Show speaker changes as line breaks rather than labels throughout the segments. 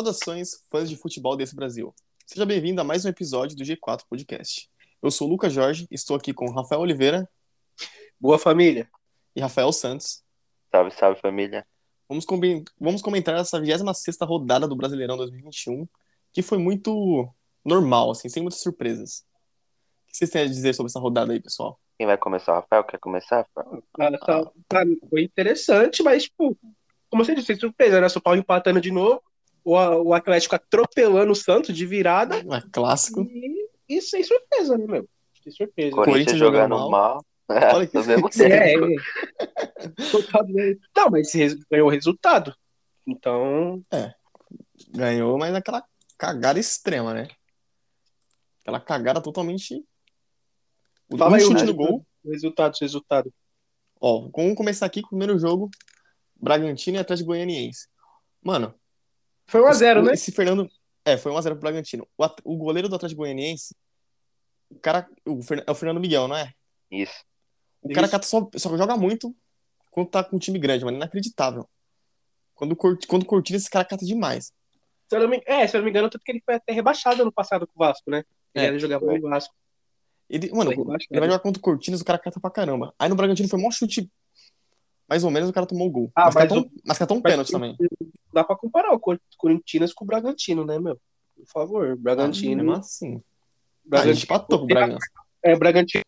Saudações, fãs de futebol desse Brasil. Seja bem-vindo a mais um episódio do G4 Podcast. Eu sou o Lucas Jorge, estou aqui com Rafael Oliveira
Boa família.
e Rafael Santos.
Salve, salve família.
Vamos, combi- vamos comentar essa 26ª rodada do Brasileirão 2021, que foi muito normal, assim, sem muitas surpresas. O que vocês têm a dizer sobre essa rodada aí, pessoal?
Quem vai começar? O Rafael quer começar? Rafael?
Cara, tá- pra mim foi interessante, mas, tipo, como você disse, surpresa, né? São Paulo empatando de novo, o, A- o Atlético atropelando o Santos de virada
É clássico.
e, e sem surpresa, né, meu? Sem surpresa.
Corinthians
Corinthians jogando
jogando
mal.
Olha que-
No mesmo
É,
tempo.
é. Resultado, né? Não, mas esse res- ganhou o resultado. Então,
Ganhou, mas aquela cagada extrema, né? Aquela cagada totalmente. O
Fala
um
aí, né?
chute
Nath.
no gol.
o resultado, o resultado.
Ó, vamos começar aqui com o primeiro jogo: Bragantino e Atlético Goianiense. Mano,
Foi 1x0, né?
Esse Fernando. É, foi 1x0 pro Bragantino. O, at- o goleiro do Atlético Goianiense. O cara. O Fer- é o Fernando Miguel, não é?
Isso.
O cara
Isso.
cata só, só joga muito quando tá com um time grande, mano. Inacreditável. Quando, cur- quando curtindo, esse cara cata demais.
Se eu não me, é, se eu não me engano, tanto que ele foi até rebaixado ano passado com o Vasco, né? Ele
É.
era jogador
Foi.
do Vasco.
Ele, mano,
Foi rebaixado.
ele vai jogar contra o Cortinas, o cara cata pra caramba. Aí no Bragantino foi mó chute. Mais ou menos o cara tomou o gol.
Ah,
mas,
mas
catou, um- mas catou um
mas
pênalti
o-
também.
dá pra comparar o Cor- Corinthians com o Bragantino, né, meu? Por favor, Bragantino.
Mas assim. Ah, a gente
né, Bragantino
empatou com o Bragança.
é Bragantino.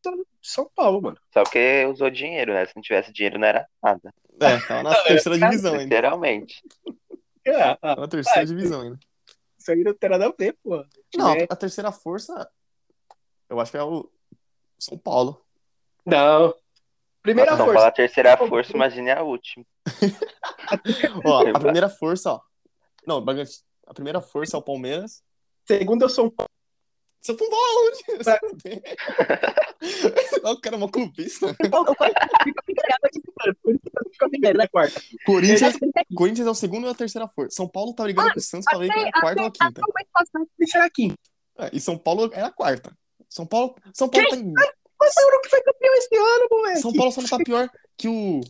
tá no São Paulo, mano.
Só porque usou dinheiro, né? Se não tivesse dinheiro, não era nada.
É, tava na terceira divisão ainda.
Literalmente.
É, ah,
Tava na terceira divisão ainda.
isso aí não tem nada a ver, pô.
Não,
É,
a terceira força, eu acho que é o São Paulo.
não. Primeira
Nossa, São Paulo, é
força.
a terceira força, imagine a última.
É
Ó, a primeira força, ó. Não, o Bragantino. A primeira força é o Palmeiras.
Segunda é o São Paulo.
São Paulo onde?
É.
Você não tem. Olha o cara é mó clubista.
Fica primeiro, né, quarta?
Corinthians, Corinthians é o segundo e a terceira força. São Paulo tá
Ah,
brigando com o Santos pra ver quem é a quarta ou a quinta.
Deixa aqui.
É, E São Paulo é a quarta. São Paulo, São Paulo, tá em-
Mas o Euro que foi campeão esse ano, moleque.
São Paulo só não tá pior que o,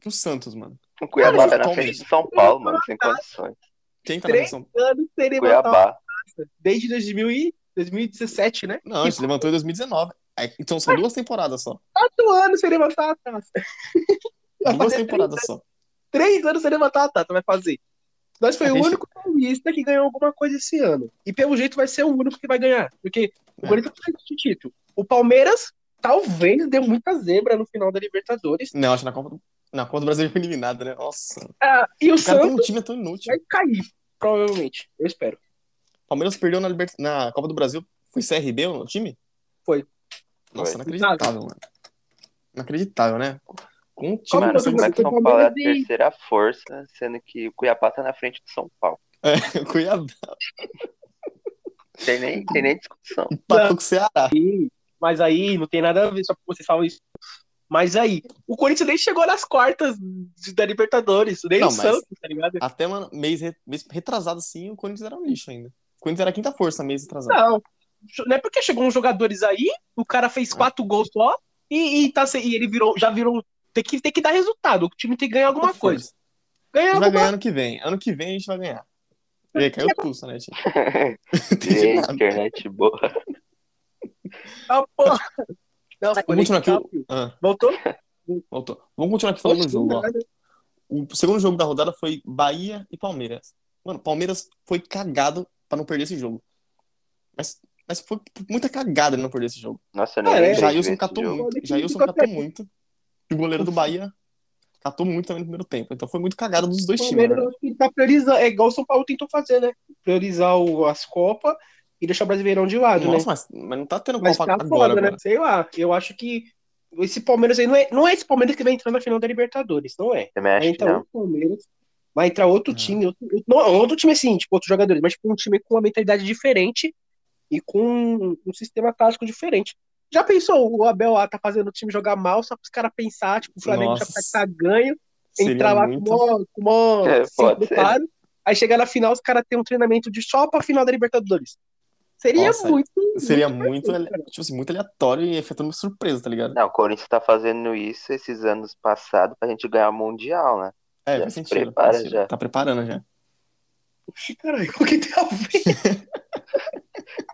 que o Santos, mano.
O Cuiabá tá na
Totalmente.
frente do São Paulo, mano, sem condições.
Quem tá na
Três?
São
Ano sem levantar uma
Cuiabá.
taça. Desde 2000 e 2017, né?
Não, a gente levantou em 2019. É, Então são duas temporadas só.
Quatro anos sem levantar a taça. Vai
Duas
fazer
temporadas só.
três anos sem levantar a taça, vai fazer. Nós foi
A
o
gente-
único paulista que ganhou alguma coisa esse ano. E pelo jeito vai ser o único que vai ganhar. Porque o
É.
Corinthians não tem título. O Palmeiras talvez deu muita zebra no final da Libertadores.
Não, acho que na Copa do, na Copa do Brasil foi eliminada, né? Nossa.
Ah, e o
O cara tem um
Santos
time tão inútil.
vai cair, provavelmente. Eu espero.
O Palmeiras perdeu na, Libert- na Copa do Brasil. Foi CRB o time?
Foi.
Nossa, né?
Foi.
inacreditável, mano. Inacreditável, né? Com o time assim, né?
Como você- tá
Mano, como é que
você
São
falou
Paulo é a
de-
terceira força, sendo que o Cuiabá tá na frente do São Paulo.
o Cuiabá
Tem nem, tem nem discussão.
empatou com o Ceará.
E- mas aí não tem nada a ver, só porque vocês falam isso. Mas aí, o Corinthians nem chegou nas quartas de- da Libertadores, nem
Não,
o
mas-
Santos, tá ligado?
Até mano, mês, re- mês retrasado, assim, o Corinthians era um lixo ainda. O Corinthians era a quinta força mês retrasado.
Não. Não é porque chegou uns jogadores aí, o cara
É.
fez quatro gols só e, e tá sem- e ele virou, já virou. Tem que, tem que dar resultado. O time tem que ganhar alguma
Quinta
coisa.
força. A
Ganhar
gente Tá vai
alguma
ganhar ano que vem. Ano que vem a gente vai ganhar. E aí, caiu pulso, né, gente? Entendi
E
nada.
internet boa.
coisa, porra. tá, Não, tá,
Vamos continuar aqui. o- Ah,
Voltou?
voltou. Vamos continuar aqui falando do jogo, ó.
Nada.
O segundo jogo da rodada foi Bahia e Palmeiras. Mano, Palmeiras foi cagado pra não perder esse jogo. Mas, mas foi muita cagada ele não perder esse jogo.
Nossa, eu nem
Ah, é.
lembrei de ver
Jailson
esse
catou um
jogo.
muito.
Olha que
Jailson
ficou
catou muito. E o goleiro do Bahia catou muito também no primeiro tempo. Então foi muito cagado dos dois
O
times.
Palmeiras
né?
ele tá priorizando. É igual o São Paulo tentou fazer, né? Priorizar o- as Copas e deixar o Brasileirão de lado, né?
Nossa, mas, mas não tá tendo
Mas
Copa
tá
agora,
foda, né?
mano.
Sei lá. Eu acho que esse Palmeiras aí não é, não é esse Palmeiras que vai entrar na final da Libertadores, não é?
Também
Vai
acho que
entrar
não.
outro Palmeiras, vai entrar outro
É.
time, outro, outro- não, outro time assim, tipo, outros jogadores, mas tipo, um time com uma mentalidade diferente e com um, um sistema tático diferente. Já pensou o Abel lá tá fazendo o time jogar mal só para os caras pensar, tipo, o Flamengo
Nossa.
já vai tá ganho,
Seria
entrar lá
muito-
com uma, com mó
É,
sem
pode ser.
preparo, aí chegar na final os caras têm um treinamento de só pra final da Libertadores. Seria
Nossa,
muito.
Seria
né?
muito, ale-
cara.
tipo assim, muito aleatório e efetuando surpresa, tá ligado?
Não, o Corinthians tá fazendo isso esses anos passados pra gente ganhar o Mundial, né?
É,
Já
faz
se
sentido.
prepara
faz sentido.
já.
Tá preparando já.
Caralho, o que tá tem a ver?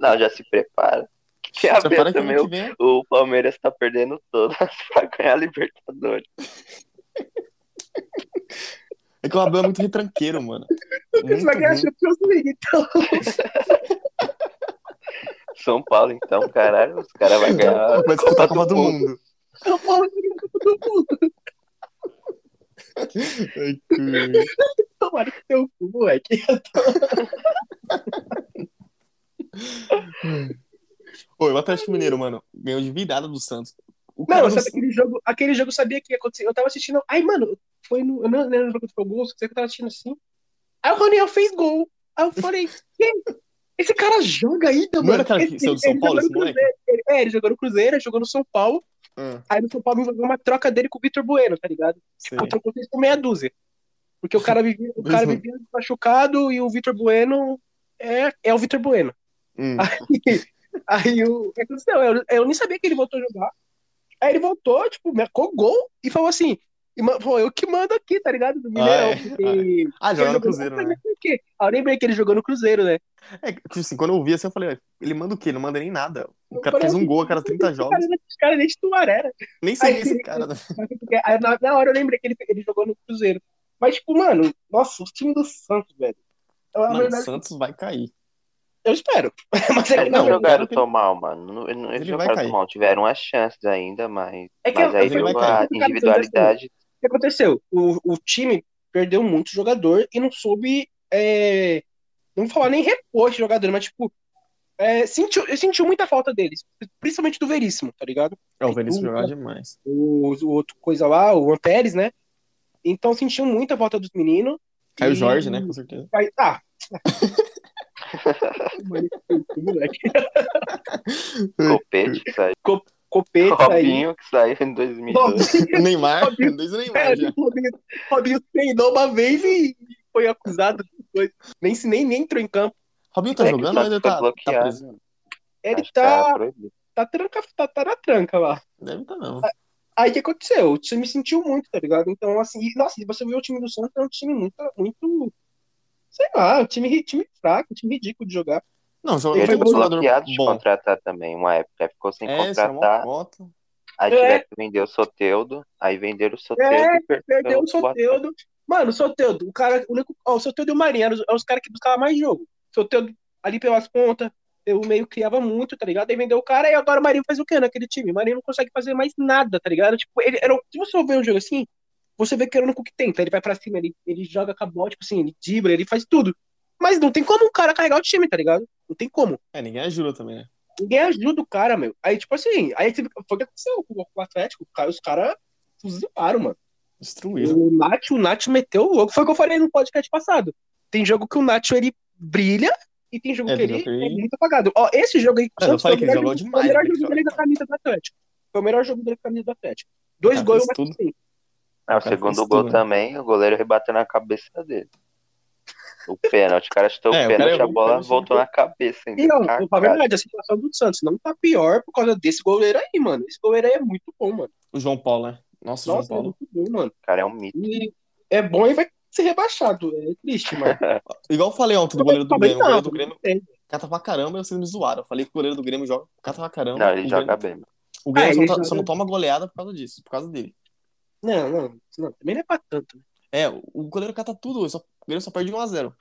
Não, já se prepara. Que tem a
Só para
ver
que ano
também,
que
o,
vem.
o Palmeiras tá perdendo todas pra ganhar a Libertadores.
É que o Abel é muito retranqueiro, mano.
Você vai
Muito,
ganhar a
muito.
Champions League, então.
São Paulo, então, caralho, os caras vão
Então,
ganhar.
Vai disputar a Copa do Mundo.
São Paulo ganha a Copa do Mundo.
Ai, que-
Tomara que teu cu, moleque.
Ô, e o Atlético Mineiro, mano, ganhou de virada do Santos. O cara
Mano,
do-
sabe aquele jogo? Aquele jogo eu sabia que ia acontecer. Eu tava assistindo. Ai, mano, foi no. Eu não lembro quanto foi o gol, só sei que eu tava assistindo assim. Aí o Roniel fez gol. Aí eu falei, "Quem? esse cara joga ainda,
Não
mano. tá
era o cara que
Ele-
saiu do São
ele
Paulo,
jogou
esse
no
moleque?
Cruzeiro, ele- É, ele jogou no Cruzeiro, jogou no São Paulo.
Ah,
Aí no São Paulo me uma troca dele com o Vitor Bueno, tá ligado?
sei.
Eu trocou isso por meia dúzia. Porque o cara vivia, o cara
Uhum.
vivia machucado e o Vitor Bueno é, é o Vitor Bueno.
Hum.
Aí, aí o. é que Não, eu, eu nem sabia que ele voltou a jogar. Aí ele voltou, tipo, marcou gol e falou assim. E, ma- falou, eu que mando aqui, tá ligado? Do Mineirão.
Ah, é?
porque-
Ah, é.
porque
Ah, joga no
ele jogou-
Cruzeiro, né?
Por quê? Aí eu lembrei que ele jogou no Cruzeiro, né?
É, tipo assim, quando eu vi assim, eu falei, ué, ele manda o quê? Não manda nem nada. O
Eu
cara
falei, assim,
fez um gol a cada 30
Esse
jogos.
cara, esse cara é nem titular era.
Nem sei
Aí-
esse cara. né?
Mas porque- aí na, na hora eu lembrei que ele, ele jogou no Cruzeiro. Mas, tipo, mano, nossa, o time do Santos, velho. Eu, na
Mano, o
verdade,
Santos vai cair.
eu espero. Mas é,
Eles
que
não
Não,
jogaram
claro que-
tão mal, mano. Não- não- Eles
Ele vai
jogaram tão
cair.
mal. Tiveram as chances ainda, mas.
é que
mas
eu-
aí
ele vai
viu
cair.
a individualidade.
o que aconteceu? O, o time perdeu muito jogador e não soube. É, não vou falar nem repor esse jogador, mas tipo. É, sentiu, eu senti muita falta deles, principalmente do Veríssimo, tá ligado?
É, o Vinícius
Tudo.
jogava demais.
O, o outro coisa lá, o Amperes, né? Então sentiu muita falta dos meninos.
Caiu o
E-
Jorge, né? Com certeza.
Vai, ah. Moleque.
Copete, que saiu.
Copeta aí.
Robinho, que saiu em 2012.
Robinho,
Neymar, desde o Neymar já.
É, Robinho, Robinho treinou uma vez e foi acusado de coisa. Nem, se- nem, nem entrou em campo.
Robinho tá
É que
jogando
tá-
ou ainda
tá
tá, tá
bloqueado.
preso?
Ele
Acho que
tá,
proibido.
tá, tranca, tá, tá na tranca lá.
Deve tá não.
Aí o que aconteceu? O time sentiu muito, tá ligado? Então, assim, e, nossa, se você vê o time do Santos, é um time muito, muito sei lá, um time, ri- time fraco, um time ridículo de jogar. tá
Não, joga
Ele
tem
foi
um jogador
bloqueado tipo, de
bom.
contratar também, uma época. né? Ficou sem
É, isso é uma
contratar.
cota.
Aí
É.
direto vendeu o Soteudo. Aí venderam o Soteudo e perdeu,
Perdeu o
pro Atlético.
Soteudo. Mano, o Soteudo, o cara, o, único- ó, o Soteudo e o Marinho eram os, eram os caras que buscavam mais jogo. O Soteudo ali pelas pontas, o meio criava muito, tá ligado? Aí vendeu o cara e agora o Marinho faz o quê naquele time? O Marinho não consegue fazer mais nada, tá ligado? Tipo, ele era, o- se você ver um jogo assim, você vê que era o único que tenta. Ele vai pra cima, ele, ele joga com a bola, tipo assim, ele dribla, ele faz tudo. Mas não tem como o cara carregar o time, tá ligado? Não tem como.
É, ninguém ajuda também, né?
Ninguém ajuda o cara, meu. Aí, tipo assim, aí você- foi o que aconteceu com o Atlético. cara- Os caras fuzilaram, mano.
Destruíram.
O Nacho, o Nacho meteu o louco. Foi o que eu falei no podcast passado. Tem jogo que o Nacho ele brilha e tem jogo
É,
que
tem
ele
jogo que
é
ele-
muito apagado. Ó, esse jogo aí.
Não, eu falei que ele
foi o melhor
jogou
jogo-
demais,
Foi o melhor
ele
jogo dele
jogou
da camisa do Atlético. Foi o melhor jogo dele da camisa do Atlético. Dois
Cara,
gols assim,
fez
e uma
tudo.
assistência.
Ah, o
cara fez
segundo gol
tudo, né?
também, o goleiro rebateu na cabeça dele. O pênalti, o cara chutou
É, o
o
cara
pênalti, a
errou o
bola
pênalti.
voltou na cabeça ainda.
E ó,
Ah,
eu falo a verdade, a situação do Santos não tá pior por causa desse goleiro aí, mano. Esse goleiro aí é muito bom, mano.
O João Paulo, né? Nossa, o João
Nossa, é
Paulo.
muito bom, mano.
o cara é um mito.
E é bom e vai ser rebaixado. É triste, mano.
Igual eu falei ontem do goleiro do
Talvez
Grêmio. O goleiro do
não,
Grêmio
é.
cata pra caramba e vocês me zoaram. Eu falei que o goleiro do Grêmio joga cata pra caramba.
Não, ele
o
joga
Grêmio,
bem.
o Grêmio
Ah,
só,
ele
não tá-
joga-
só não toma goleada por causa disso, por causa dele.
Não, não, não. Também não é pra tanto.
É, o goleiro cata tudo, só, o goleiro só perde um de 1x0.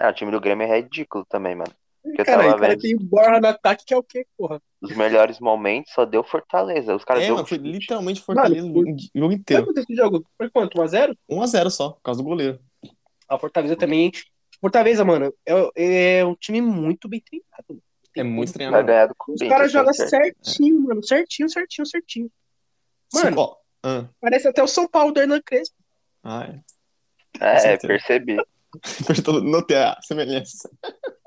Ah, o time do Grêmio é ridículo também, mano. Porque eu
Cara,
tava
o cara
vendo
tem borra no ataque, que é o quê, porra?
os melhores momentos, só deu Fortaleza. Os caras
É,
deu um
mano, foi
chute.
literalmente Fortaleza
Mano,
o jogo
Sabe
inteiro.
quanto esse jogo? Foi quanto? 1x0?
1x0 só, por causa do goleiro.
A Ah, Fortaleza também. Fortaleza, mano, é, é um time muito bem treinado. mano.
É muito
Vai
treinado.
ganhar do
Os
Corinthians.
caras jogam
certo.
certinho, mano. Certinho, certinho, certinho.
Mano.
Mano. Parece até o São Paulo do Hernan Crespo.
Ah, é.
É,
certeza.
percebi.
Apertou- Notei a semelhança.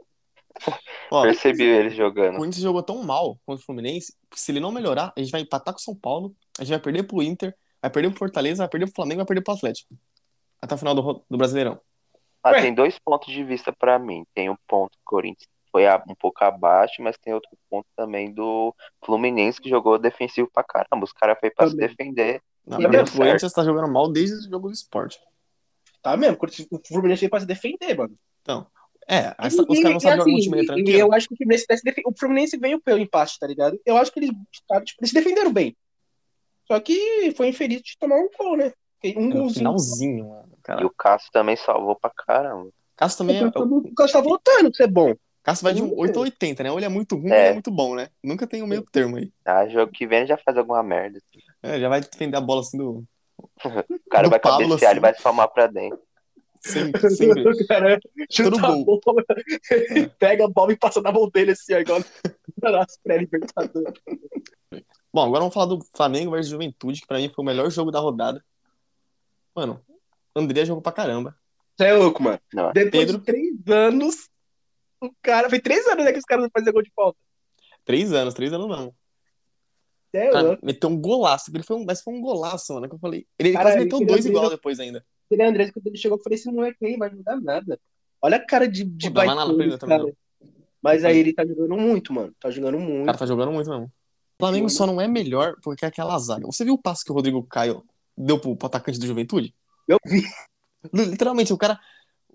Ó,
Percebi ele
o
jogando.
Corinthians jogou tão mal contra o Fluminense que se ele não melhorar, a gente vai empatar com o São Paulo, a gente vai perder pro Inter, vai perder pro Fortaleza, vai perder pro Flamengo, vai perder pro Atlético. Até o final do, ro- do Brasileirão.
Ah,
Ué.
tem dois pontos de vista pra mim. Tem um ponto que o Corinthians foi a- um pouco abaixo, mas tem outro ponto também do Fluminense que jogou defensivo pra caramba. Os caras foi pra se
Também.
defender.
Na
Deu
verdade, o
certo.
Corinthians tá jogando mal desde o jogo do esporte.
Tá mesmo, o Fluminense veio pra se defender, mano.
É, a- os
E-
caras não
e,
sabem jogar
assim,
um time meio
e- e
tranquilo.
Eu acho que o Fluminense, deve se defen- o Fluminense veio pelo empate, tá ligado? Eu acho que eles, tá, tipo, eles se defenderam bem. Só que foi infeliz de tomar um gol, né? Porque Um
No
golzinho.
É finalzinho, mano.
E
Cara,
o Cássio também salvou pra caramba.
Cássio também é. O
O Cássio tá voltando, isso é bom.
Cássio vai de um
Hum.
8 a 80, né? Ou ele é muito ruim,
É.
ou ele é muito bom, né? Nunca tem o
É.
meio termo aí.
Ah, jogo que vem ele já faz alguma merda.
É, já vai defender a bola assim do.
O cara
Do
vai
Pablo,
cabecear,
assim.
ele vai espalmar pra dentro.
Sempre, sempre.
O cara
Todo
chuta a
gol.
bola, pega a bola e passa na mão dele assim, ó, igual nas pré-libertadores.
Bom, agora vamos falar do Flamengo versus Juventude, que pra mim foi o melhor jogo da rodada. Mano, André jogou pra caramba.
Você é louco, mano.
Não.
Depois
Pedro.
de três anos, o cara. Foi três anos né, que os caras não faziam gol de falta.
Três anos, três anos não.
Você é
Cara,
louco.
meteu um golaço. Ele foi um, mas foi um golaço, mano. Que eu falei. Ele
Cara,
quase
ele
meteu
queria
dois
ver-
igual depois ainda.
O Andrés, quando ele chegou, eu falei: esse moleque aí vai jogar nada. Olha a cara de, de
Pô, dá uma nala pra ele
baitola,
também,
cara. Mas aí ele tá jogando muito, mano. Tá jogando
O
muito.
cara tá jogando muito mesmo. O Flamengo só não é melhor porque é aquela zaga. Você viu o passo que o Rodrigo Caio deu pro, pro atacante do Juventude?
Eu vi.
Literalmente, o cara.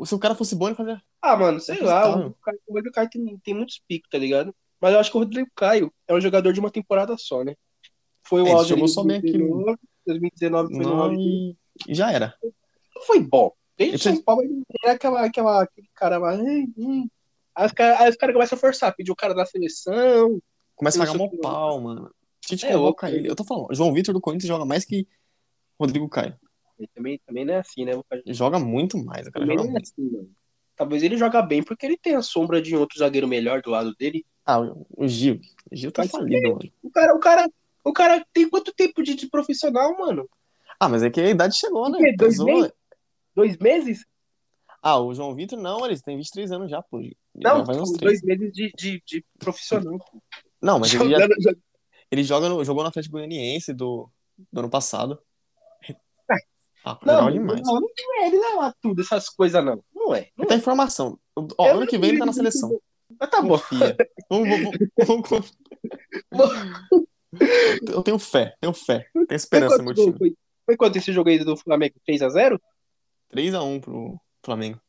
Se o cara fosse bom, ele fazia.
Ah, mano, sei lá,
Tá.
o Caio- o Rodrigo Caio tem, tem muitos picos, tá ligado? Mas eu acho que o Rodrigo Caio é um jogador de uma temporada só, né? Foi o
É, ele
auge
jogou
ali em
só meio que no-
2019, 2019 foi no
Não,
auge.
e, e já era.
Não foi bom.
Ele
Desde o São Paulo ele era aquela, aquela, aquele cara lá. "Ai, ai". Aí os caras aí os caras começam a forçar, pedir o cara da seleção.
Começa a
Isso
pagar mó
que eu-
pau, mano. Tite
É,
convoca
eu-
ele. Eu tô falando, João Vitor do Corinthians joga mais que Rodrigo Caio.
Ele também, também não é assim, né? O cara
Joga muito mais, o cara
Também
joga
não é
muito.
assim, mano. Talvez ele joga bem porque ele tem a sombra de um outro zagueiro melhor do lado dele.
Ah, o o Gil. O Gil tá
Mas-
falido, mano.
O cara, o cara, o cara tem quanto tempo de, de profissional, mano?
Ah, mas é que a idade chegou, né?
O quê? Dois
Pesou.
meses? Dois meses?
Ah, o João Vitor não, ele tem 23 anos já, pô. Ele
Não,
já faz uns
tipo,
três.
dois meses de, de, de profissional.
Não, mas ele, já-
Jogando- jogando-
ele joga no, jogou na frente goianiense do, do ano passado. Ah,
Não,
jogava demais.
não, não é, ele não é lá tudo, essas coisas, não. Não é.
Ele
Não é.
tá em formação. Ó,
Eu
ano que
não
vem ele tá na
duvido que-
seleção.
Mas tá bom.
Confia. Vamos, vamos, vamos, vamos- Eu tenho fé, tenho fé. Tenho
Foi
esperança no meu
quanto, gol
time.
foi, foi quanto esse jogo aí do Flamengo? 3x0?
3x1 pro Flamengo.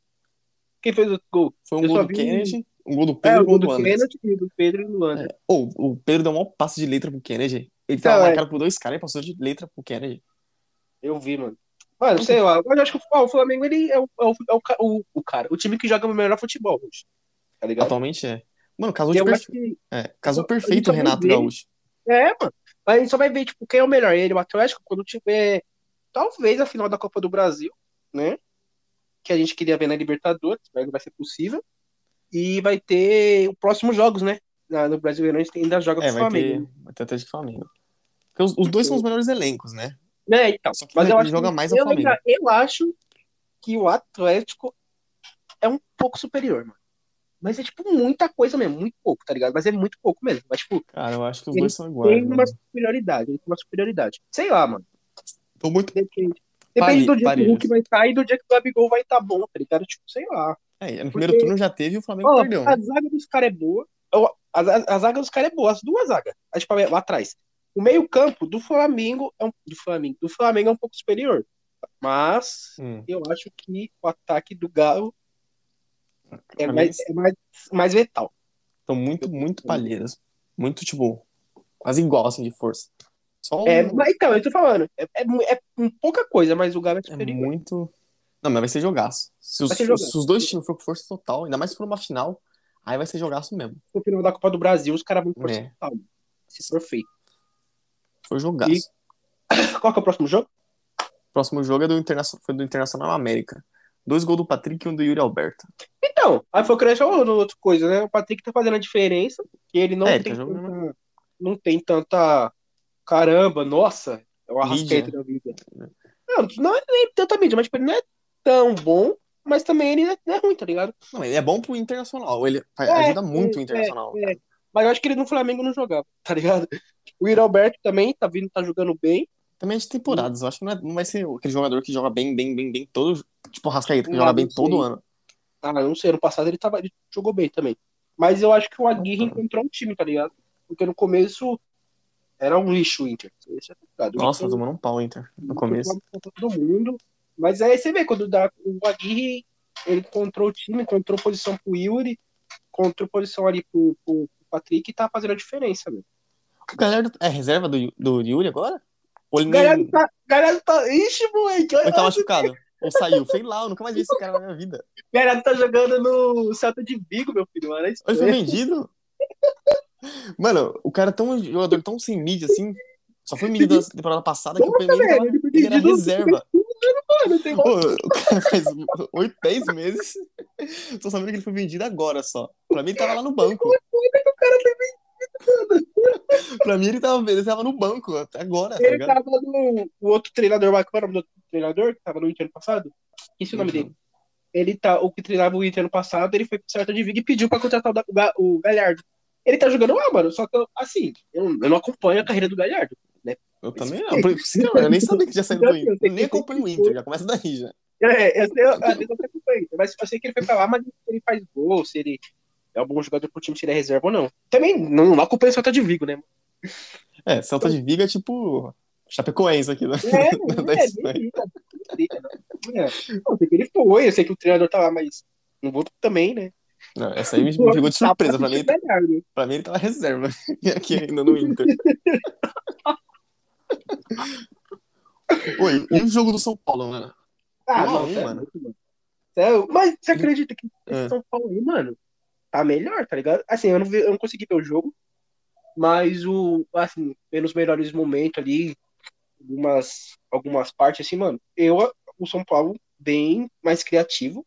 Quem fez o gol?
Foi um
Eu
gol
só
do
vi-
Kennedy, um gol do
É,
Pedro e
o
um gol
gol
do É.
do
Anderson.
Kennedy e do Pedro e do Anderson.
Ou o Pedro deu um maior passe de letra pro Kennedy. Ele
Então,
tava
é.
marcado por dois caras e passou de letra pro Kennedy.
Eu vi, mano. Mano, sei lá. Mas eu acho que ó, o Flamengo ele é, o, é, o, é o ca- o- o cara, o time que joga o melhor futebol hoje. Tá ligado?
Atualmente é. Mano, casou
E
de
eu acho
perfeito.
que.
É, casou
eu-
perfeito
eu
o Renato
também vi.
Gaúcho.
É, mano. Mas a gente só vai ver, tipo, quem é o melhor, ele, o Atlético, quando tiver, talvez, a final da Copa do Brasil, né? Que a gente queria ver na Libertadores, espero que vai ser possível. E vai ter os próximos jogos, né? Na- No Brasileirão a gente ainda joga com
É,
o
vai
um Flamengo.
ter, vai ter Atlético e Flamengo. Porque os, os dois são os melhores elencos, né?
Né, então.
Só que
Mas eu
ele
acho
joga
que,
mais ao
eu,
Flamengo.
ainda- eu acho que o Atlético é um pouco superior, mano. Mas é, tipo, muita coisa mesmo, muito pouco, tá ligado? Mas é muito pouco mesmo. Mas, tipo,
Cara, eu acho que os
Ele
dois são iguais. né?
tem
mano.
uma superioridade, ele tem uma superioridade. Sei lá, mano.
Tô muito.
Depende.
Pare-
Depende do dia que
parelhas.
o Hulk vai estar e do dia que o Gabigol vai estar bom, tá ligado? Tipo, sei lá.
É, no
Porque-
primeiro turno já teve e o Flamengo
Ó,
perdeu. né?
a zaga dos caras é boa. Ó, A, a- a zaga dos caras é boa, as duas zagas. A, tipo, lá atrás. O meio-campo do Flamengo é um, do Flamengo, do Flamengo é um pouco superior. Mas
Hum.
eu acho que o ataque do Galo é
Pra
mais,
mim,
é mais, mais letal.
Estão muito, muito palheiras. Muito, tipo, quase igual, assim, de força. Só um- o-
É, mas então, eu tô falando, é, é, mu- é um pouca coisa, mas o Galo é
é
superior.
muito. Não, mas vai ser jogaço. Se os,
Vai ser jogaço.
se os dois times for com força total, ainda mais se for uma final, aí vai ser jogaço mesmo.
No final da Copa do Brasil, os caras vão
É.
forçar é. Se for feito.
Foi jogaço.
E- Qual que é o próximo jogo?
Próximo jogo é do Internacional, foi do Internacional América. Dois gols do Patrick e um do Yuri Alberto.
Então, aí foi o que nós falamos no outra coisa, né? O Patrick tá fazendo a diferença, que ele não
É, ele
tem
tá jogando,
tanta, não tem tanta caramba, nossa, é o arrasqueta
Mídia. né?
da vida. Não, não é nem tanta mídia, mas tipo, ele não é tão bom, mas também ele não é, não é ruim, tá ligado?
Não, ele é bom pro Internacional. Ele fa-
É,
ajuda muito o
é,
Internacional.
é. Mas eu acho que ele no Flamengo não jogava, tá ligado? O Yuri Alberto também tá vindo, tá jogando bem.
Também de temporadas. Eu acho que não, é- não vai ser aquele jogador que joga bem, bem, bem, bem todo. Tipo o Rascaeta, que
Ah,
joga bem
não
todo
sei.
ano.
Ah, não sei, ano passado ele, tava, ele jogou bem também. Mas eu acho que o Aguirre encontrou um time, tá ligado? Porque no começo era um lixo o Inter. Isso é verdade. O
Nossa,
Inter-
tomando um pau, Inter, no começo.
Todo mundo. Mas aí você vê, quando dá, o Aguirre, ele encontrou o time, encontrou posição pro Yuri, encontrou posição ali pro, pro, pro Patrick e tá fazendo a diferença, meu.
O Galhardo é reserva do, do Yuri agora? Ou ele
O
nem-
Galhardo tá, o Galhardo tá, ixi, moleque,
ou ele
olha
tá machucado? Ou saiu? Sei lá, eu nunca mais vi esse cara na minha vida.
o Galhardo tá jogando no Celta de Vigo, meu filho, mano, é isso
Ele foi
mesmo.
vendido? Mano, o cara é tão um jogador tão sem mídia assim. Só foi medido na temporada passada que o
Nossa,
Peninha tava-
velho, ele tá foi
ele era
vendido-
reserva.
Mano, tem
Pô, o cara faz oito, dez meses. Tô sabendo que ele foi vendido agora só. Pra mim ele tava lá no banco. Pra mim ele tava, ele tava no banco até agora, tá
Ele
ligado?
tava no. O outro treinador, lá, qual era o nome do outro treinador que tava no Inter ano passado? Esqueci o nome dele. Ele tá, o que treinava o Inter ano passado, ele foi pro Celta de Vigo e pediu pra contratar o, da- o Ga- o Galhardo. Ele tá jogando lá, mano. Só que, eu, assim, eu, eu não acompanho a carreira do Galhardo.
Eu também não. Por isso que eu- eu nem sabia que já saiu do Inter. Eu nem acompanho o Inter, já começa daí já.
É, eu, eu, às vezes eu não acompanho. Mas eu sei que ele foi pra lá, mas se ele faz gol, se ele é um bom jogador pro time, se ele é reserva ou não. Também não, não acompanho o Celta de Vigo, né?
É, Celta de Viga é tipo Chapecoense aqui, né?
É,
Da
é,
Espanha.
nem liga, nem liga, não. É, eu sei que ele foi, eu sei que o treinador tá lá, mas não vou também, né? Tá
Não, essa aí me me pegou de surpresa. Pra mim,
Galhardo.
pra mim ele tava reserva. E aqui ainda no Inter. Oi, e o jogo do São Paulo, mano?
Ah,
Não,
não,
hein,
sério,
mano?
mano. Sério, Mas você acredita que
É.
esse São Paulo aí, mano, tá melhor, tá ligado? Assim, eu não, vi- eu não consegui ver o jogo, mas o, assim, pelos melhores momentos ali, algumas, algumas partes, assim, mano, eu, o São Paulo bem mais criativo,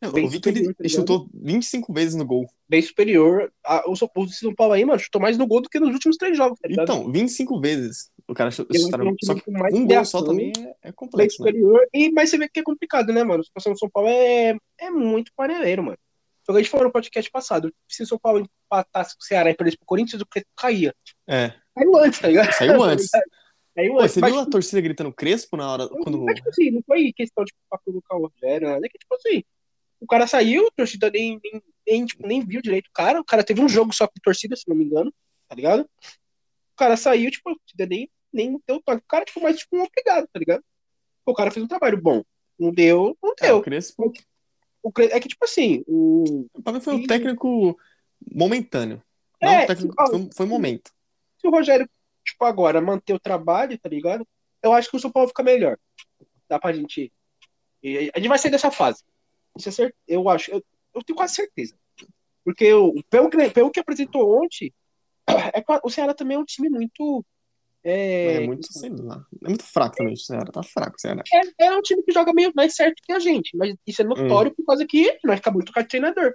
Eu
Bem
vi que ele
superior, tá ligado?
chutou 25 vezes no gol.
bem superior. A, o São o São Paulo aí, mano, chutou mais no gol do que nos últimos três jogos, tá ligado?
Então, 25 vezes o cara chu-
Eu
chutaram.
acho que
Só
é um
que
time com mais
um gol só
criação,
também é- é
bem
complexo, né?
superior. E, mas você vê que é complicado, né, mano? A situação do São Paulo é, é muito paneleiro, mano. Foi o que a gente falou no podcast passado. Se o São Paulo empatasse com o Ceará e perdesse pro Corinthians, o Crespo caía.
É,
Saiu antes, tá ligado?
saiu antes.
Saiu
Pô,
antes.
você
mas,
viu a torcida gritando Crespo na hora
mas,
quando.
tipo assim, não foi questão de culpar pelo o Rogério, nada. É que, tipo assim, o cara saiu, a torcida nem, nem, nem, tipo, nem viu direito o cara. O cara teve um jogo só com torcida, se não me engano, tá ligado? O cara saiu, tipo, a torcida nem, nem deu toque. O cara, tipo, mais, tipo, um obrigado, tá ligado? O cara fez um trabalho bom. Não deu, não
É,
deu.
o Crespo.
O Cre- É que, tipo assim, o...
Pra mim foi um técnico momentâneo. Não,
É,
um técnico,
ó,
foi, um- foi um momento.
se o Rogério, tipo, agora manter o trabalho, tá ligado? Eu acho que o São Paulo fica melhor. Dá pra gente. e A gente vai sair dessa fase. Isso é cer- Eu acho. Eu, eu tenho quase certeza. Porque eu, pelo, que, pelo que apresentou ontem, é que o Ceará também é um time muito.
É,
É,
muito, sei lá. É muito fraco também, o Ceará. Tá fraco, o Ceará.
é, é um time que joga meio mais certo que a gente. Mas isso é notório por causa que nós acabamos de trocar de treinador.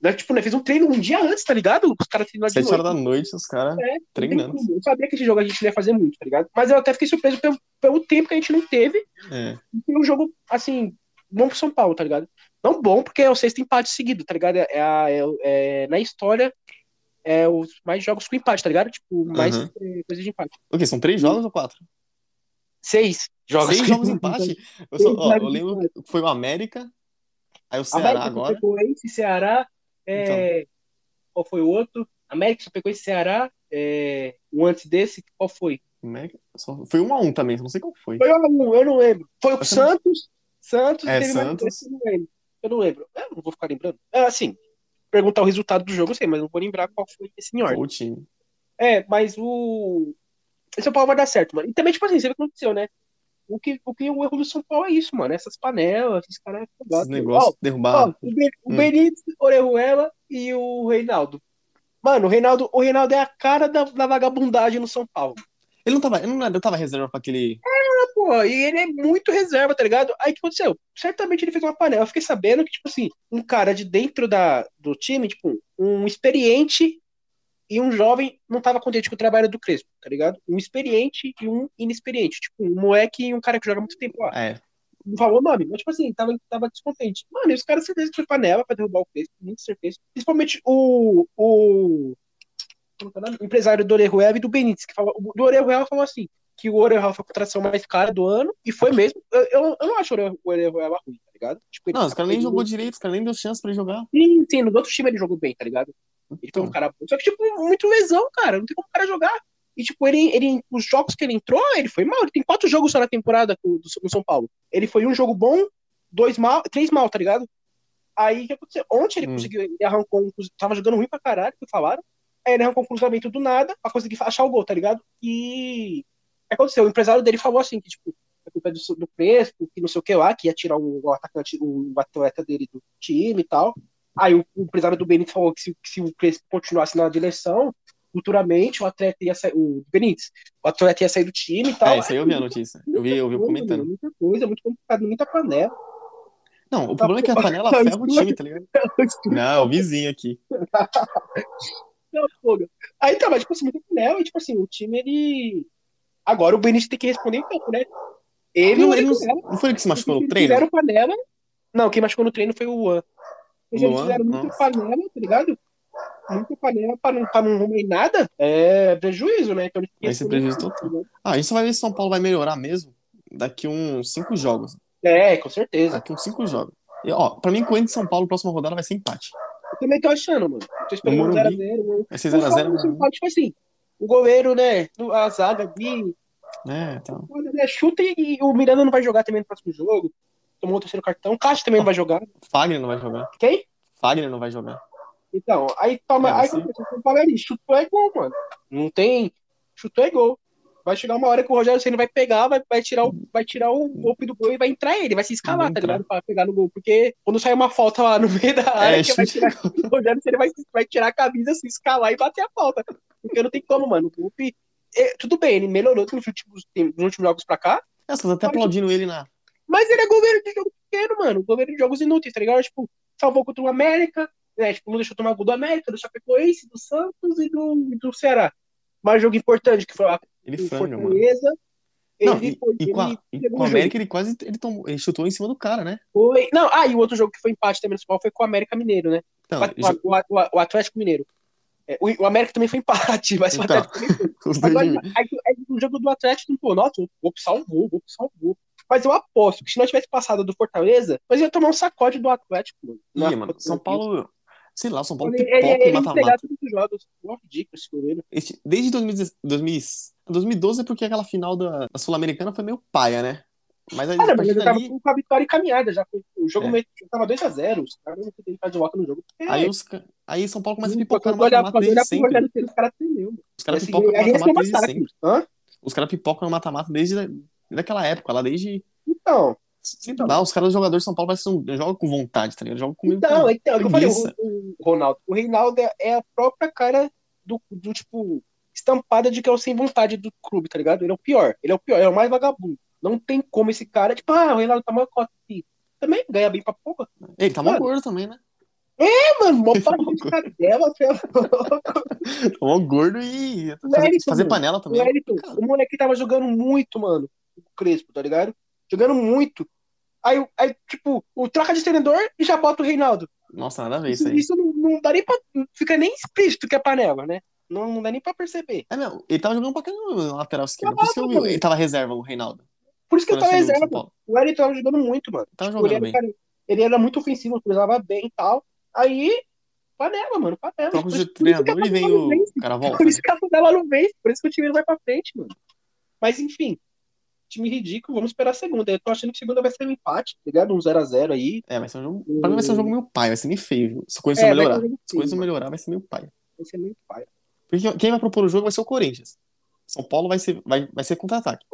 Nós, tipo, nós fez um treino um dia antes, tá ligado? Os caras treinaram de
Sete horas
noite.
da noite, os caras
tipo, É, não tem
treinando.
como. Eu sabia que esse jogo a gente não ia fazer muito, tá ligado? Mas eu até fiquei surpreso pelo, pelo tempo que a gente não teve.
É.
E foi um jogo, assim, bom pro São Paulo, tá ligado? Não bom, porque é o sexto empate seguido, tá ligado? É, a- é o- é- na história, é os mais jogos com empate, tá ligado? Tipo, mais
Aham.
eh, coisa de empate.
O quê? São três jogos ou quatro?
Seis jogos.
Seis jogos em empate? Eu, só-
Seis
ó, eu
jogos
lembro
empate.
que foi o América, aí o Ceará
América
agora. Então.
Chapecoense, Ceará. é, Qual foi o outro? América Chapecoense, Ceará. é, o antes desse, qual foi?
América- só- foi um a um também, não sei qual foi.
Foi um, eu não lembro. Foi o
Acho que-
Santos. Santos
É,
teve mais
Santos.
dois que eu não lembro. Eu não lembro. Eu não vou ficar lembrando. É, assim, perguntar o resultado do jogo, eu sei, mas não vou lembrar qual foi esse em
Foi
ordem.
o time.
É, mas o. O São Paulo vai dar certo, mano. E também, tipo assim, você vê o que aconteceu, né? O que, o que é o erro do São Paulo é isso, mano. Essas panelas, esses caras é
Esses
fogados.
negócios derrubaram.
o Be- o
Hum.
Benítez, Orejuela e o Reinaldo. Mano, o Reinaldo, o Reinaldo é a cara da, da vagabundagem no São Paulo.
Ele não tava, ele não era- tava reserva pra aquele.
Pô, e ele é muito reserva, tá ligado? Aí o que aconteceu? Certamente ele fez uma panela. Eu fiquei sabendo que, tipo assim, um cara de dentro da, do time, tipo, um experiente e um jovem não tava contente com o trabalho do Crespo, tá ligado? Um experiente e um inexperiente. Tipo, um moleque e um cara que joga muito tempo lá.
É,
Não falou o nome, mas, tipo assim, tava, tava descontente. Mano, e os caras certeza que foi panela pra derrubar o Crespo, muito certeza. Principalmente o. o como que é o nome? O empresário do Orejuela e do Benítez, que falou, o do Orejuela falou assim que o Orejuela foi a contratação mais cara do ano, e foi mesmo. Eu, eu, eu não acho o Ore- o Orejuela ruim, tá ligado? Tipo, ele-
não, os caras nem jogou direito, os caras nem deu chance pra ele jogar.
Sim, sim, no outro time ele jogou bem, tá ligado? Ele foi um
Então,
cara bom. Só que, tipo, muito lesão, cara. Não tem como o cara jogar. E, tipo, ele, ele, os jogos que ele entrou, ele foi mal. Ele tem quatro jogos só na temporada com- do, no São Paulo. Ele foi um jogo bom, dois mal, três mal, tá ligado? Aí o que aconteceu? Ontem ele
Hum.
conseguiu, ele arrancou um. cruz- Tava jogando ruim pra caralho, que falaram. Aí ele arrancou um cruzamento do nada pra conseguir achar o gol, tá ligado? E. Aí aconteceu, o empresário dele falou assim, que, tipo, a culpa é do, do Crespo, que não sei o que lá, que ia tirar o, o atacante, o atleta dele do time e tal. Aí o, o empresário do Benítez falou que se, que se o Crespo continuasse na direção, futuramente o atleta ia sair. O Benítez, o atleta ia sair do time e tal.
É, isso aí eu vi a notícia. Eu vi, eu vi
Muita coisa,
comentando.
Muita coisa, muito complicado, muita panela.
Não, o problema é que a panela ferra o time, tá ligado? Não, é o vizinho aqui.
Não, fogo. Aí tá, mas tipo assim, muito panela, e tipo assim, o time ele. Agora o Benítez tem que responder em campo, né? Ele,
Não,
ele
ele
não
não- Não foi ele que se machucou no
Eles
treino?
Fizeram panela. Não, quem machucou no treino foi o Luan. Eles
Luan?
fizeram muita
Nossa.
panela, tá ligado? Muita panela pra não, pra não arrumar em nada. É prejuízo, né? Então, eles
Vai ser
respondem-
prejuízo total. Ah, a gente só vai ver se o São Paulo vai melhorar mesmo daqui uns cinco jogos.
É, com certeza.
Daqui uns cinco jogos. E, ó, pra mim, Corinthians e São Paulo, próxima rodada vai ser empate.
Eu também tô achando, mano. Tô esperando um
Morumbi.
0x0. né?
Vai
O
ser
foda do São
0x0.
Paulo, Tipo assim, o goleiro, né? A zaga ali.
É, então.
foda, né? Chuta e, e o Miranda não vai jogar também no próximo jogo. Tomou o terceiro cartão. O Cássio também não vai jogar.
Fagner não vai jogar.
Quem?
Fagner não vai jogar.
Então, aí toma.
É,
aí
sim.
acontece, o São Paulo ali, chutou é gol, mano. Não tem. Chutou é gol. Vai chegar uma hora que o Rogério Ceni vai pegar, vai, vai tirar o, vai tirar o golpe do gol e vai entrar ele, vai se escalar,
Vai
tá
entrar.
ligado? Pra pegar no gol. Porque quando sair uma falta lá no meio da área,
É,
que vai
chute.
tirar, o Rogério Ceni vai, vai tirar a camisa, se escalar e bater a falta. Porque não tem como, mano. O golpe. é, tudo bem, ele melhorou nos últimos, nos últimos jogos pra cá,
Nossa, eu tô até aplaudindo ele na.
mas ele é goleiro de jogo pequeno, mano. Goleiro de jogos inúteis, tá ligado? Tipo, salvou contra o América, né? Tipo, não deixou tomar gol do América, do Chapecoense, do Santos e do, e do Ceará. Mas jogo importante que foi lá
Ele
com o
franga, mano.
Fortaleza. Ele
Não, e,
foi.
e com a,
ele
e
pegou
com a
o jogo.
América ele quase ele tomou, ele chutou em cima do cara, né?
Foi- Não, ah, e o outro jogo que foi empate também no São Paulo foi com o América Mineiro, né?
Então,
O- o, o- o Atlético Mineiro. É, o, o América também foi empate, mas o
Então.
Atlético também foi.
os dois
Agora,
times.
aí, aí no jogo do Atlético, pô, nossa, o Golpe salvou, o Golpe salvou. Mas eu aposto que se nós tivesse passado do Fortaleza, nós ia tomar um sacode do Atlético, mano.
Ih, mano, São Paulo. Sei lá, o São Paulo
Ele, ele,
pipoca
ele
e mata-mata.
entregava todos os jogos. Mó ridículo esse goleiro.
Este- Desde 2010 2000 2012 é porque aquela final da, da Sul-Americana foi meio paia, né? Mas aí, a
Cara, mas
partir
eu tava
dali,
com a vitória encaminhada já. com- O jogo
É.
meio, tava 2x0. Os caras não queriam fazer volta no jogo. porque-
aí, os ca- aí São Paulo começa a
Sim,
pipocar no
quando É. olhar-
mata-mata
quando
desde
olhar pro
sempre.
Rogério Ceni, os caras tremeu. mano.
Os caras
Assim,
pipocam no
aí eles têm um
mata-mata desde
massacre.
sempre.
Hã?
Os caras pipocam no mata-mata desde da- daquela época, lá desde.
Então,
Sei lá, os caras, os jogadores de São Paulo, parece que não não jogam com vontade, tá ligado? Jogam com
Então, então, é o que eu falei,
preguiça.
o, o Ronaldo. O Reinaldo é- é a própria cara do, do, tipo, estampada de que é o sem vontade do clube, tá ligado? Ele é o pior, ele é o pior, ele é o mais vagabundo. Não tem como esse cara, tipo, ah, o Reinaldo tá mó cota aqui. Também ganha bem pra porra.
Ele tá mó
Mano.
gordo também, né?
É, mano, mó panela de cadela, filho.
Tá mó gordo e fazer,
Wellington,
fazer
mano.
panela
O
também.
Wellington, então, o moleque tava jogando muito, mano, o Crespo, tá ligado? Jogando muito. Aí, o- aí tipo, o troca de treinador e já bota o Reinaldo.
Nossa, nada a ver isso
Isso,
aí.
isso não, não dá nem pra. Fica nem explícito que é panela, né? Não, não dá nem pra perceber.
É, meu, ele tava jogando pra caramba no lateral esquerdo. Por isso que eu vi.
Tava,
Ele tava reserva, o Reinaldo.
Por isso que eu
quando
tava
assumiu o São
reserva.
Paulo.
O Wellington tava jogando muito, mano. Tipo,
Tava
Ele
jogando
era,
bem.
cara, ele era muito ofensivo, cruzava bem e tal. Aí, panela, mano, panela.
Troca
Por isso-
de
por isso que a
treinador e vem
panela não
o
vence.
cara volta. né?
Por isso que a panela não vence, por isso que o time não vai pra frente, mano. Mas enfim, time ridículo, vamos esperar a segunda. Eu tô achando que segunda vai ser um empate, tá ligado? Um 0x0 aí.
É, vai ser um jogo. Pra mim vai ser um jogo meio pai, vai ser meio feio. viu? Se o Corinthians
Hum. É, vai
melhorar.
ser um
Se
jogo
o Corinthians
feio,
melhorar, vai ser meio pai.
Vai ser meio pai.
Porque quem vai propor o jogo vai ser o Corinthians. São Paulo vai ser, vai, vai ser contra-ataque.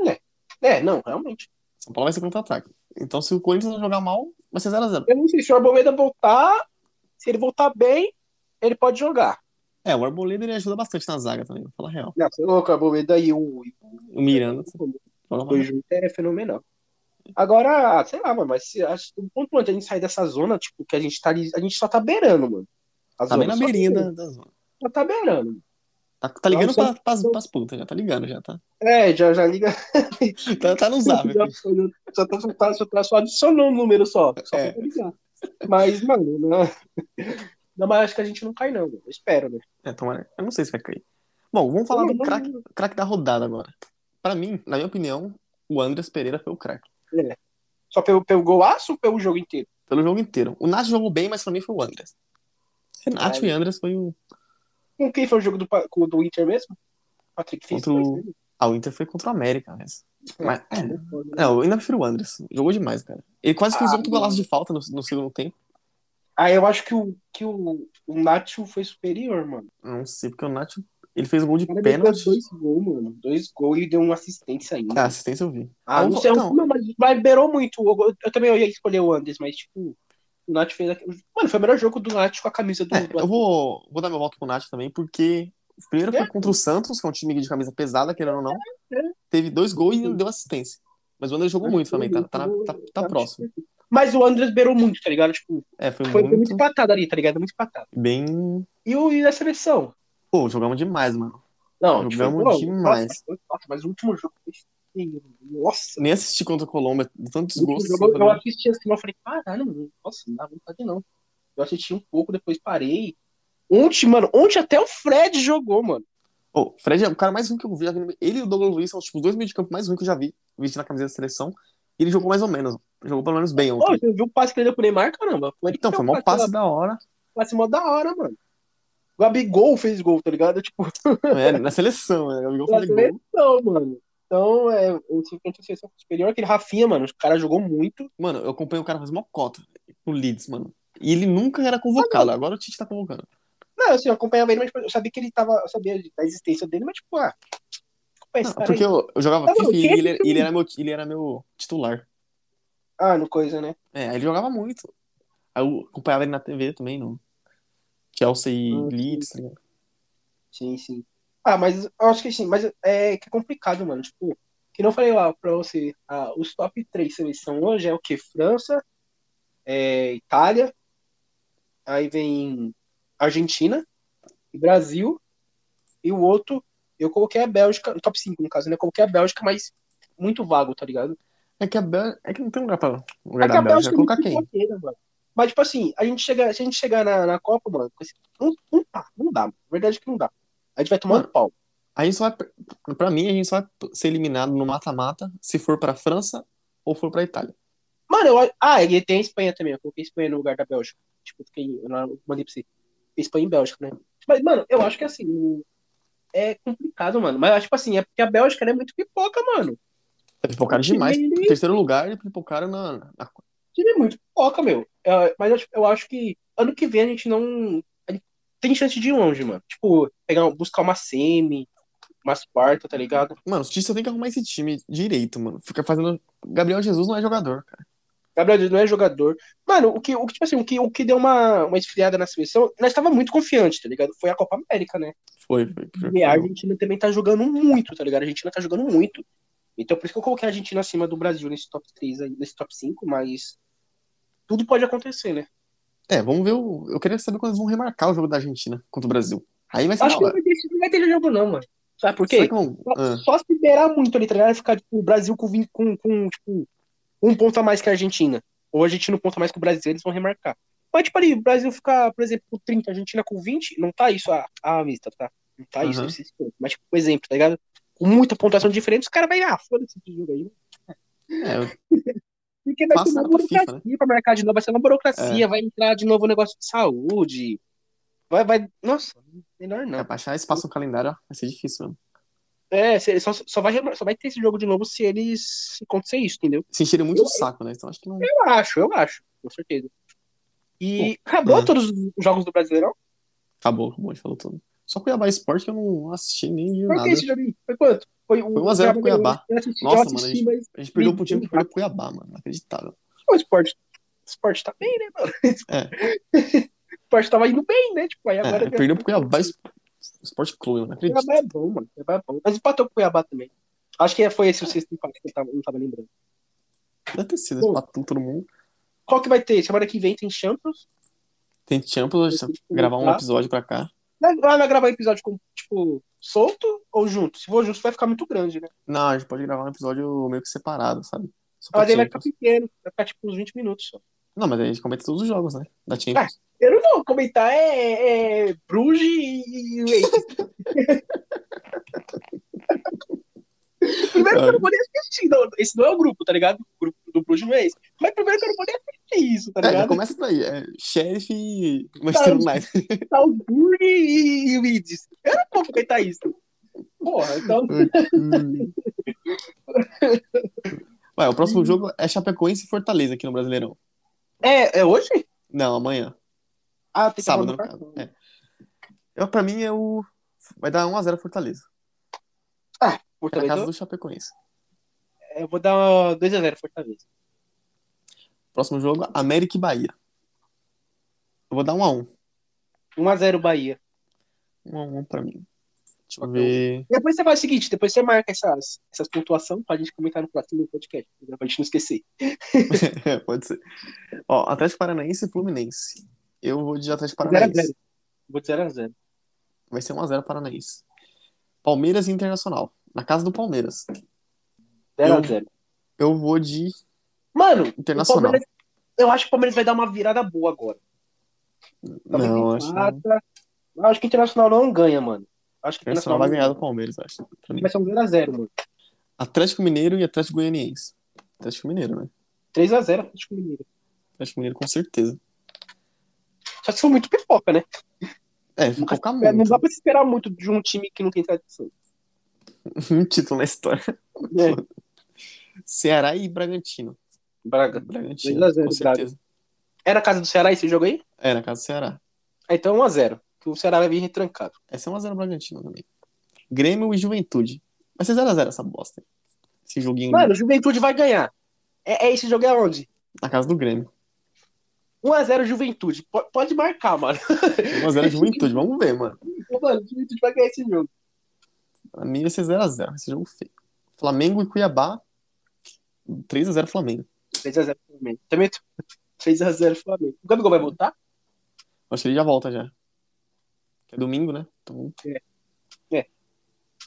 É, não, realmente.
São Paulo vai ser contra-ataque. Então, se o Corinthians jogar mal, vai ser 0x0.
Eu não sei se o Arboleda voltar, se ele voltar bem, ele pode jogar.
É, o Arboleda ele ajuda bastante na zaga também, vou falar a real.
Não, você é louco, o Arboleda e o e
O Miranda.
o-
joga mal.
dois juntos é fenomenal. Agora, ah, sei lá, mano, mas se, acho que o ponto antes a gente sair dessa zona, tipo, que a gente tá ali, a gente só tá beirando, mano. A
Tá bem na
só
beirinha
tá
da,
beirando,
da zona.
Só tá beirando.
Tá, tá ligando
Nossa.
pra, pras, pras putas, já tá ligando, já tá.
É, já, já liga.
Tá, tá no zap.
já, só, tá, só, tá, só, tá- só adicionou um número só. Só
É.
pra ligar. Mas, mano, não, não, mas acho que a gente não cai, não, mano. Eu espero, né?
É, tomara. Eu não sei se vai cair. Bom, vamos falar do craque craque da rodada agora. Pra mim, na minha opinião, o Andres Pereira foi o craque.
Só pelo, pelo golaço ou pelo jogo inteiro?
Pelo jogo inteiro. O Nath jogou bem, mas pra mim foi o Andres. Renato e Andres foi o.
Com quem foi o jogo do, pa- com- do Inter mesmo? Patrick fez
Contra o-
dois, né?
Ah, o Inter foi contra o América, mas.
É,
mas- é.
não foi, né?
Não, eu ainda prefiro o Anderson. Jogou demais, cara. Ele quase fez
Ah,
outro golaço de falta no, no segundo tempo.
Ah, eu acho que o, que o, o Nacho foi superior, mano.
Não sei, porque o Nacho. Ele fez o gol de
O cara meteu
pênalti.
dois gols, mano. Dois gols e deu uma assistência ainda.
Ah, então. assistência eu vi.
Ah, não
eu-
sei,
não.
não, mas, mas liberou muito. Eu, eu também ia escolher o Anders, mas, tipo, o Nath fez. aqu- Mano, foi o melhor jogo do Nath com a camisa do.
É,
do-
eu vou, vou dar meu voto pro Nath também, porque o primeiro foi
É.
contra o Santos, que é um time de camisa pesada, querendo ou não.
É.
Teve dois gols e não deu assistência. Mas o André jogou muito também, tá, tá, tá, tá próximo.
Mas o Anders beirou muito, tá ligado? Tipo,
É, foi,
foi, foi muito
muito
empatado ali, tá ligado? Muito empatado.
bem.
E, o, e a seleção?
Pô, jogamos demais, mano.
Não,
Jogamos
não,
demais.
Nossa, nossa, mas o último jogo foi. feio. Nossa,
Nem assisti contra a Colômbia, de tanto
o último
desgosto.
jogo eu,
falei,
assisti assim, eu falei, caralho, mano, nossa, não dá vontade não. Eu assisti um pouco, depois parei. Ontem, mano, ontem até o Fred jogou, mano.
Ô, o Fred é o cara mais ruim que eu vi. Ele e o Douglas Luiz são tipo, os dois meio de campo mais ruins que eu já vi vestindo a camisa da seleção. E ele jogou mais ou menos. Jogou pelo menos bem
Ô,
ontem.
você viu o passe que ele deu pro Neymar, caramba? Foi ele que
Então,
deu
foi
o
um
passe
passe da hora.
lá, Passe mó da hora, mano. O Gabigol fez gol, tá ligado? Tipo,
É, na seleção, né? Gabigol
na
fez gol.
seleção, mano. Então, é, eu simplesmente a seleção superior, aquele Rafinha, mano, o cara jogou muito.
Mano, eu acompanho o cara faz uma cota no Leeds, mano. E ele nunca era convocado. Agora o Tite tá convocando.
Não, assim, eu acompanhava ele, mas tipo, eu sabia que ele tava, eu sabia da existência dele, mas tipo, ah, desculpa esse
Não,
cara
porque
aí.
eu, eu jogava
Não,
FIFA e
quem é
ele,
que-
ele era meu, ele era meu titular.
Ah, no coisa, né?
É, aí ele jogava muito. Aí eu acompanhava ele na TV também, no Chelsea e
Ah, sim.
Leeds. tá ligado?
Sim, sim. Ah, mas eu acho que sim, mas é que é complicado, mano. Tipo, que não falei lá pra você, ah, os top 3 seleção hoje é o que? França, é, Itália, aí vem Argentina, e Brasil, e o outro, eu coloquei a Bélgica, no top 5 no caso, né? Eu coloquei a Bélgica, mas muito vago, tá ligado?
É que, a Bel... é que não tem lugar pra lugar
É que
da Bélgica.
a Bélgica é muito
Colocar quem?
pipoqueira, mano. Mas, tipo assim, a gente chegar, se a gente chegar na, na Copa, mano, com esse- não, não dá, não dá, mano. A verdade é que não dá. A gente vai tomando pau.
A gente só vai, pra mim, a gente só vai ser eliminado no mata-mata se for pra França ou for pra Itália.
Mano, eu... ah, e tem a Espanha também. Eu coloquei a Espanha no lugar da Bélgica. Tipo, eu fiquei... eu não- eu mandei pra você. Espanha e Bélgica, né? Mas, mano, eu acho que assim. o- É complicado, mano. Mas, tipo assim, é porque a Bélgica ela é muito pipoca, mano.
É pipocado demais.
Ele-
Em terceiro lugar, ele pipocaram na, na-
Time é muito pipoca, meu. É, mas eu, eu acho que ano que vem a gente não. a gente tem chance de ir longe, mano. Tipo, pegar, buscar uma semi, umas quartas, tá ligado?
Mano, o Tite só tem que arrumar esse time direito, mano. Fica fazendo. Gabriel Jesus não é jogador, cara.
Gabriel Jesus não é jogador. Mano, o que, o que tipo assim, o que, o que deu uma, uma esfriada na seleção, nós tava muito confiante, tá ligado? Foi a Copa América, né?
Foi, foi. foi-
E a Argentina também tá jogando muito, tá ligado? A Argentina tá jogando muito. Então por isso que eu coloquei a Argentina acima do Brasil nesse top 3 aí, nesse top 5, mas tudo pode acontecer, né?
É, vamos ver o. Eu queria saber quando eles vão remarcar o jogo da Argentina contra o Brasil. Aí vai ser
Acho
da
que não
hora.
vai, ter, não vai ter jogo, não, mano. Sabe por
Será
quê?
que vão-
Só-
Ah,
Só se liberar muito ali, tá ligado? Ficar tipo, o Brasil com, vin- com, com tipo, um ponto a mais que a Argentina. Ou a Argentina um ponto a mais que o Brasil, eles vão remarcar. Mas, tipo, ali, o Brasil ficar, por exemplo, com 30, a Argentina com 20, não tá isso a, a vista, tá? Não tá isso,
Uhum.
esses pontos. Mas, tipo, por exemplo, tá ligado? Com muita pontuação diferente, os caras vai, ah, foda-se esse jogo aí.
é,
Porque vai ter
Passaram
uma
pra FIFA, É.
burocracia pra marcar de novo, vai ser uma burocracia, vai entrar de novo o negócio de saúde. Vai, vai. Nossa, melhor não.
é, pra achar espaço no calendário ó, vai ser difícil, mano.
É, se- só, só, vai, remar- só vai ter esse jogo de novo se eles se acontecer isso, entendeu?
Se encheram muito
Eu-
o saco, né? Então acho que não.
Eu acho, eu acho, com certeza. E acabou
é.
todos os jogos do Brasileirão?
Acabou, acabou, a gente falou tudo. Só Cuiabá Esporte que eu não assisti nem vi
Qual
nada.
que é esse jogo aí? Foi quanto? Foi, um
Foi 1 a 0 pro Cuiabá.
Eu assisti,
Nossa,
eu assisti mas
A gente perdeu pro time que perdeu pro Cuiabá, mano. Inacreditável.
o esporte, o esporte tá bem, né, mano? o esporte tava indo bem, né? Tipo, aí
É,
agora.
perdeu pro Cuiabá Es- Esporte Clube, eu não
O
acredito.
Cuiabá é bom, mano. O Cuiabá é bom. Mas empatou com o Cuiabá também. Acho que é, foi esse o sexto empate que eu tava, não tava lembrando.
Deve ter sido,
Bom.
empatou todo mundo.
Qual que vai ter? Semana que vem tem Champions.
Tem Champions, a gente vai gravar um
Tá.
episódio pra cá.
Vai, vai gravar episódio com, tipo, solto ou junto? Se for junto, vai ficar muito grande, né?
Não, a gente pode gravar um episódio meio que separado, sabe? Só pra
Mas aí vai ficar
Champions.
pequeno, vai ficar tipo uns 20 minutos só.
Não, mas aí a gente comenta todos os jogos, né?
Ah, tá
Da Champions.
Eu não vou comentar, é, é Bruges e e Leite. primeiro que eu não vou nem assistir, não, esse não é o grupo, tá ligado? O grupo do Bruges não é esse. Mas primeiro que eu não vou nem assistir isso, tá
É, já
ligado? Tá.
começa daí. É Sheriff e Manchester United.
Salzburg e, e Leeds. Eu não vou comentar isso. Porra, então.
Hum. Vai, o
Hum.
próximo jogo é Chapecoense e Fortaleza aqui no Brasileirão.
É, é hoje?
Não, amanhã.
Ah, tem que
Sábado, no
mandar pra-
caso. É. Eu, pra mim é o. Vai dar 1x0 Fortaleza. Na
Fortaleza.
É, casa do Chapecoense.
Eu vou dar 2x0 Fortaleza.
Próximo jogo, América e Bahia. Eu vou dar 1x1.
1x0 Bahia.
1x1 pra mim. Deixa eu
Ok.
ver.
Depois você faz o seguinte, depois você marca essas, essas pontuações pra gente comentar no próximo podcast, entendeu? pra gente não esquecer.
É, Pode ser. Ó, Atlético Paranaense e Fluminense. Eu vou de Atlético
0x0.
Paranaense.
Vou de 0x0.
Vai ser 1x0 Paranaense. Palmeiras e Internacional. Na casa do Palmeiras.
0x0.
Eu vou de
Mano, o
Internacional.
Palmeiras, eu acho que o Palmeiras vai dar uma virada boa agora. Talvez
Não, acho que não.
empata. Eu acho que o Internacional não ganha, mano. Eu Acho que o
Internacional
Internacional
vai ganhar do Palmeiras, eu acho. Pra mim.
Vai ser um 0x0, mano.
Atlético Mineiro e Atlético Goianiense. Atlético Mineiro, né?
3x0 Atlético Mineiro.
Atlético Mineiro com certeza.
Só se for muito pipoca, né?
É, focar
É, Não dá
muito.
pra se esperar muito de um time que não tem tradição.
Um título na história.
É,
Ceará e Bragantino.
Braga.
Bragantino,
2 a 0,
com certeza.
É na casa do Ceará esse jogo aí?
É, na casa do Ceará.
Ah, então 1x0. Que o Ceará vai vir retrancado.
Essa é 1x0 Bragantino também. Grêmio e Juventude. Vai ser 0x0 essa bosta. Esse joguinho
Mano, o Juventude vai ganhar. É, é esse jogo é onde?
na casa do Grêmio.
1x0 Juventude. Po- pode marcar, mano.
1x0 é Juventude, vamos ver, mano.
Então, Mano, o Juventude vai ganhar esse jogo.
Pra mim vai ser 0x0, esse jogo feio. Flamengo e Cuiabá. 3x0 Flamengo.
3x0 Flamengo. Também tô- 3x0 Flamengo. O Gabigol vai voltar?
Acho que ele já volta já. É domingo, né? Então...
É.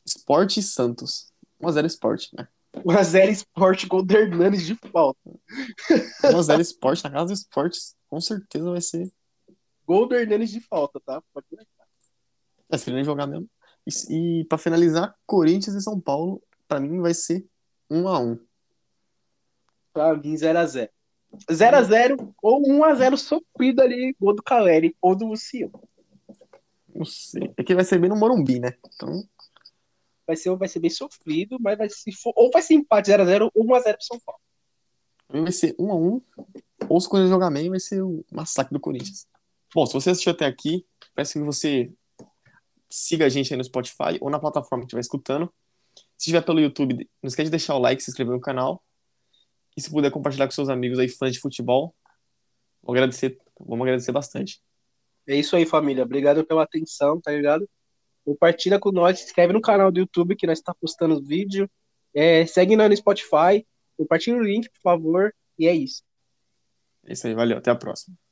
Sport e Santos. 1x0 Sport, né?
1x0 Sport gol do Hernanes de falta.
1x0 Sport na casa do Sport. Com certeza vai ser.
Gol do Hernanes de falta, tá? Pode marcar.
É, se ele nem jogar mesmo. E, e pra finalizar, Corinthians e São Paulo, pra mim vai ser 1x1.
Pra mim, 0x0. 0x0 ou 1x0 sofrido ali, gol do Caleri ou do Luciano.
Não sei. É que vai ser bem no Morumbi, né? Então,
Vai ser, um, vai ser bem sofrido, mas vai se for, ou vai ser empate 0x0 ou 1x0 pro São Paulo.
pra mim vai ser 1x1. Ou se o Corinthians jogar bem, vai ser um massacre do Corinthians. Bom, se você assistiu até aqui, peço que você siga a gente aí no Spotify ou na plataforma que estiver escutando. Se estiver pelo YouTube, não esquece de deixar o like, se inscrever no canal. E se puder compartilhar com seus amigos aí, fãs de futebol, vou agradecer, vamos agradecer bastante.
É isso aí, família. Obrigado pela atenção, tá ligado? Compartilha com nós, se inscreve no canal do YouTube que nós tá postando vídeo. É, segue nós no Spotify. Compartilha o link, por favor. E é isso.
É isso aí, valeu, até a próxima.